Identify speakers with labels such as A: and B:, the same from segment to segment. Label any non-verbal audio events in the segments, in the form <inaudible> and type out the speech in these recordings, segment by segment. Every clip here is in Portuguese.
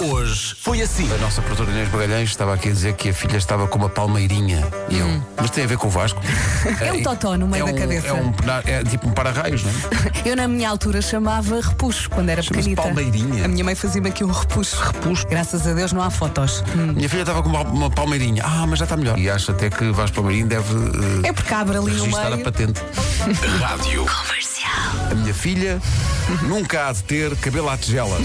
A: Hoje foi assim. A nossa produtora Inês Bagalhães estava aqui a dizer que a filha estava com uma palmeirinha. E eu, mas tem a ver com o Vasco?
B: Hum. É um totó no
A: É
B: meio da
A: um-
B: cabeça.
A: É, um, pena- é tipo um para-raios, não é?
B: Eu na minha altura chamava repuxo quando era
A: Chama-se
B: pequenita.
A: palmeirinha.
B: A minha mãe fazia-me aqui um repuxo.
A: Repuxo.
B: Graças a Deus não há fotos. Hum.
A: Minha filha estava com uma, uma palmeirinha. Ah, mas já está melhor. E acho até que Vasco Palmeirinho deve eh,
B: É porque abre ali no
A: registrar a
B: meio.
A: patente. Rádio. A minha filha nunca há de ter cabelo à
B: <laughs>
A: tigela.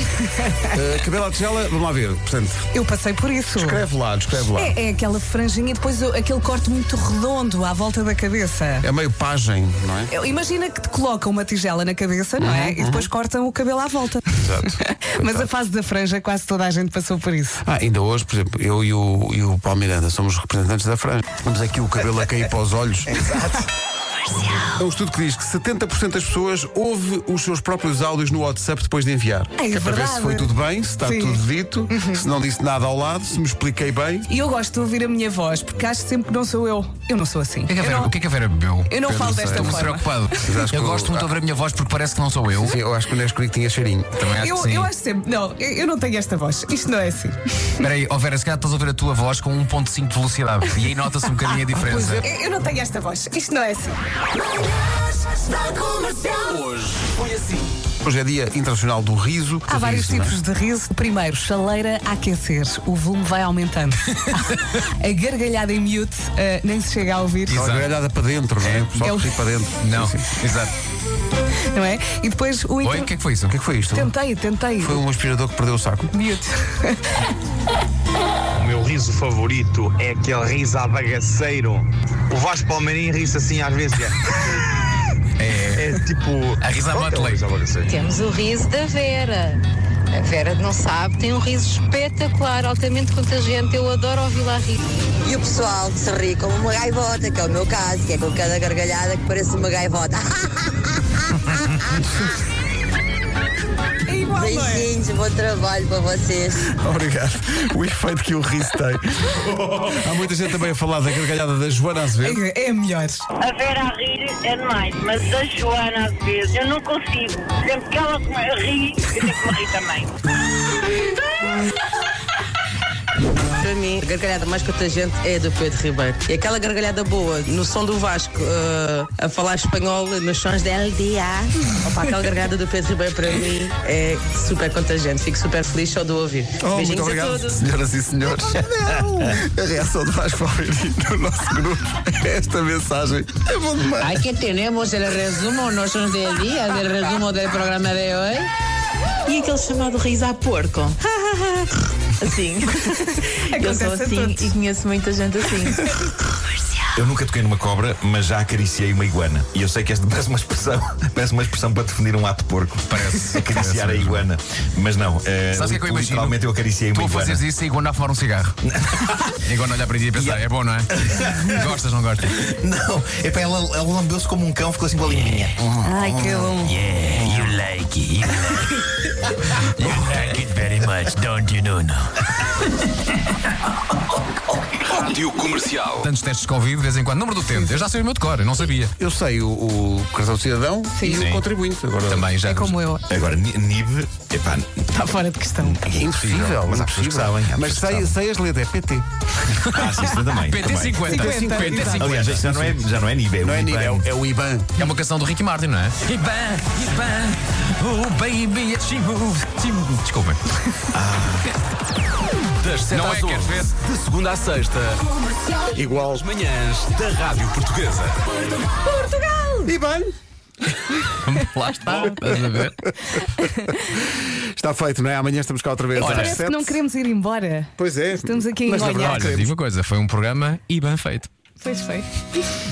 A: Eh, cabelo à tigela, vamos lá ver. Portanto,
B: Eu passei por isso.
A: escreve lá, escreve lá.
B: Hum. É, é aquela franjinha e depois o- aquele corte muito redondo à volta da cabeça.
A: É meio pagem, não é?
B: Eu- Imagina que te colocam uma tigela na cabeça, não é? E depois cortam o cabelo à volta.
A: Exato.
B: Mas a fase da franja quase toda a gente passou por isso.
A: Ah, ainda hoje, por exemplo, eu e o, e o Paulo Miranda somos representantes da Franja. Temos aqui o cabelo a cair para os
C: <laughs>
A: olhos. Exato. É um estudo que diz que 70% das pessoas ouve os seus próprios áudios no WhatsApp depois de enviar.
B: É
A: que é para ver
B: verdade.
A: se foi tudo bem, se está
B: Sim. Uhum.
A: tudo dito, se não disse nada ao lado, se me expliquei bem.
B: E eu gosto de ouvir a minha voz, porque acho sempre que não sou eu. Eu não sou assim.
C: O que é que a
B: Eu
C: Vera,
B: não-
C: o que é que a Vera bebeu?
B: eu não falo desta
C: Estou
B: forma.
C: preocupado.
A: <laughs> Mas acho
C: Eu
A: que o-
C: gosto muito de ouvir a minha voz porque parece que não sou eu.
A: Sim, eu acho que o Nesquik tinha cheirinho.
C: Também acho que
B: Eu,
C: sim.
B: eu acho sempre, não, eu, eu não tenho esta voz. Isto não é assim.
C: Espera aí, ó Vera, se calhar estás a ouvir a tua voz com 1.5 de velocidade. E aí nota-se um
B: <laughs>
C: bocadinho
B: Ah,
C: a diferença.
B: Eu, eu não tenho esta voz. Isto não é assim.
A: Hoje é Dia Internacional do Riso.
B: Há vários
A: Riso, não é?
B: tipos de riso. Primeiro, chaleira a aquecer. O volume
A: <laughs>
B: vai aumentando. a gargalhada em mute eh, nem se chega a ouvir.
A: Aquela
C: Exato.
A: gargalhada para dentro, não é?
C: É.
A: O pessoal
B: É o-
A: que fica para dentro.
C: Não,
A: Sim, sim.
C: exato.
B: Não é? E depois o
C: Oi,
B: inter...
C: o que é que foi isso?
A: O que é que foi isto?
B: Tentei, tentei.
A: Foi um aspirador que perdeu o
D: <laughs>
A: saco.
B: Mute.
E: O meu riso favorito é aquele riso à bagaceiro. O Vasco Palmeirinho ri-se assim às vezes.
F: <laughs>
E: É, é tipo.
C: A risa à
E: Qual é que é o
C: Motley.
E: riso à bagaceiro?
G: Temos o riso da Vera. A Vera não sabe, tem um riso espetacular, altamente contagiante. Eu adoro ouvi-la rir.
H: E o pessoal que se ri como uma gaivota, que é o meu caso, que é com cada gargalhada que parece uma gaivota.
B: É igual, não é?
H: Beijinhos, bom trabalho para vocês.
A: Obrigado. O efeito que o riso tem. Há muita gente também a falar da gargalhada da Joana Azevedo.
B: É, é melhor.
I: A Vera a rir é demais, mas a Joana às vezes eu não consigo. Sempre que ela me ri, eu tenho que me rir também.
D: Para mim, a gargalhada mais contagiante é a do Pedro Ribeiro. E aquela gargalhada boa, no som do Vasco, eh, a falar espanhol, nos sons de El Dia. Opa, aquela gargalhada do Pedro Ribeiro, para mim, é super contagiante. Fico super feliz só de ouvir.
A: Oh, muito
D: Beijinhos a
A: obrigado, Oh,
D: todos.
A: senhoras e senhores. A reação de Vasco Palmeirinho no nosso grupo a esta mensagem é bom demais.
D: Aqui temos o resumo, nos sons de El Dia, o resumo do programa de hoje. E aquele chamado riso a
B: <laughs>
D: porco. Assim.
B: Eu sou Acontece a assim todos.
D: e conheço muita gente assim.
F: Eu nunca toquei numa cobra, mas já acariciei uma iguana. E eu sei que esta <laughs> parece uma expressão, parece uma expressão para definir um ato porco.
C: Parece.
F: <laughs> Acariciar
C: Parece
F: a
C: mesmo.
F: iguana. Mas não. eh,
C: Sabes o que é que eu imagino?
F: Literalmente eu acariciei
C: Tu
F: uma
C: a
F: iguana.
C: fazeres isso e a Iguana a fumar
A: <laughs>
C: um cigarro. E a Iguana olhar para ti e pensar, é bom, não é? Gostas, não gostas?
F: <laughs> Não, é para ela, ela lambeu-se como um cão, ficou assim com a linha.
B: Ai, que bom.
J: Yeah, you like it. You like it.
F: <laughs>
J: you like it very much, don't you, Nuno?
C: Tantos testes de Covid, de vez em quando. Número do tempo. Eu já sei o meu de cor, eu não sabia.
A: Eu sei o, o cartão de cidadão e
C: Sim.
A: o contribuinte. Agora,
C: Também já.
B: É como eu.
F: Agora, Ni- Nive, epá, ah,
B: Está fora de questão.
A: É impossível,
F: mas há pessoas que
A: impossível.
F: sabem, há
A: Mas
F: pessoas que
A: sei, sei as letras, é PT.
F: ah, sim,
A: <laughs>
F: isso também.
C: PT
F: também.
C: 50.
B: PT 50,
C: PT 50.
F: Aliás, isto já não é, já não é Nive, é
A: Não é
F: Nive.
A: nível, é, o- é o IBAN.
C: É uma canção do Ricky Martin, não é? Iban, Iban, oh baby, she moves, she moves. Desculpem. <laughs>
K: Das 7
C: Não é,
K: às
C: quer
K: 11,
C: ver?
K: de segunda à sexta,
A: Igual.
K: as manhãs da Rádio Portuguesa.
A: IBAN.
C: Lá está, estás a ver?
A: Está feito, não é? Amanhã estamos cá outra vez.
C: Olha,
A: às
B: Parece que
A: sete.
B: não queremos ir embora.
A: Pois é.
B: Estamos aqui em
A: Mas na
B: Goiânia.
A: verdade,
C: Olha, digo uma coisa, foi um programa e bem feito.
B: Pois foi.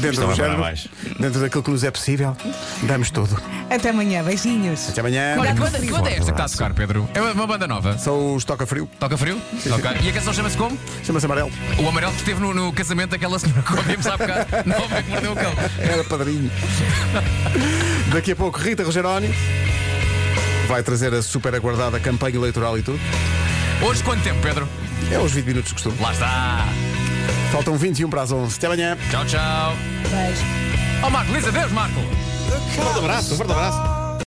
A: dentro
F: Estão
A: do
F: a parar
A: género,
F: mais.
A: dentro daquilo que nos é possível, damos tudo.
B: Até amanhã. Beijinhos.
A: Até amanhã.
C: Olha, que banda, que banda é esta que está a tocar, Pedro? É uma, uma banda nova.
A: São os Toca Frio,
C: Toca frio? Toca. E a canção chama-se como?
A: chama-se Amarelo.
C: O amarelo que esteve no, no casamento daquela senhora que ouvimos há bocado. Não homem que mordeu o cão.
A: Era <laughs> padrinho. Daqui a pouco, Rita Rogeroni vai trazer a super aguardada campanha eleitoral e tudo.
C: Hoje quanto tempo, Pedro?
A: É aos 20 minutos de costume.
C: Lá está.
A: Faltam 21 para as 11. Até amanhã.
C: Tchau, tchau. Beijo. Oh, Marco, diz adeus, Marco.
A: Um abraço, um forte abraço.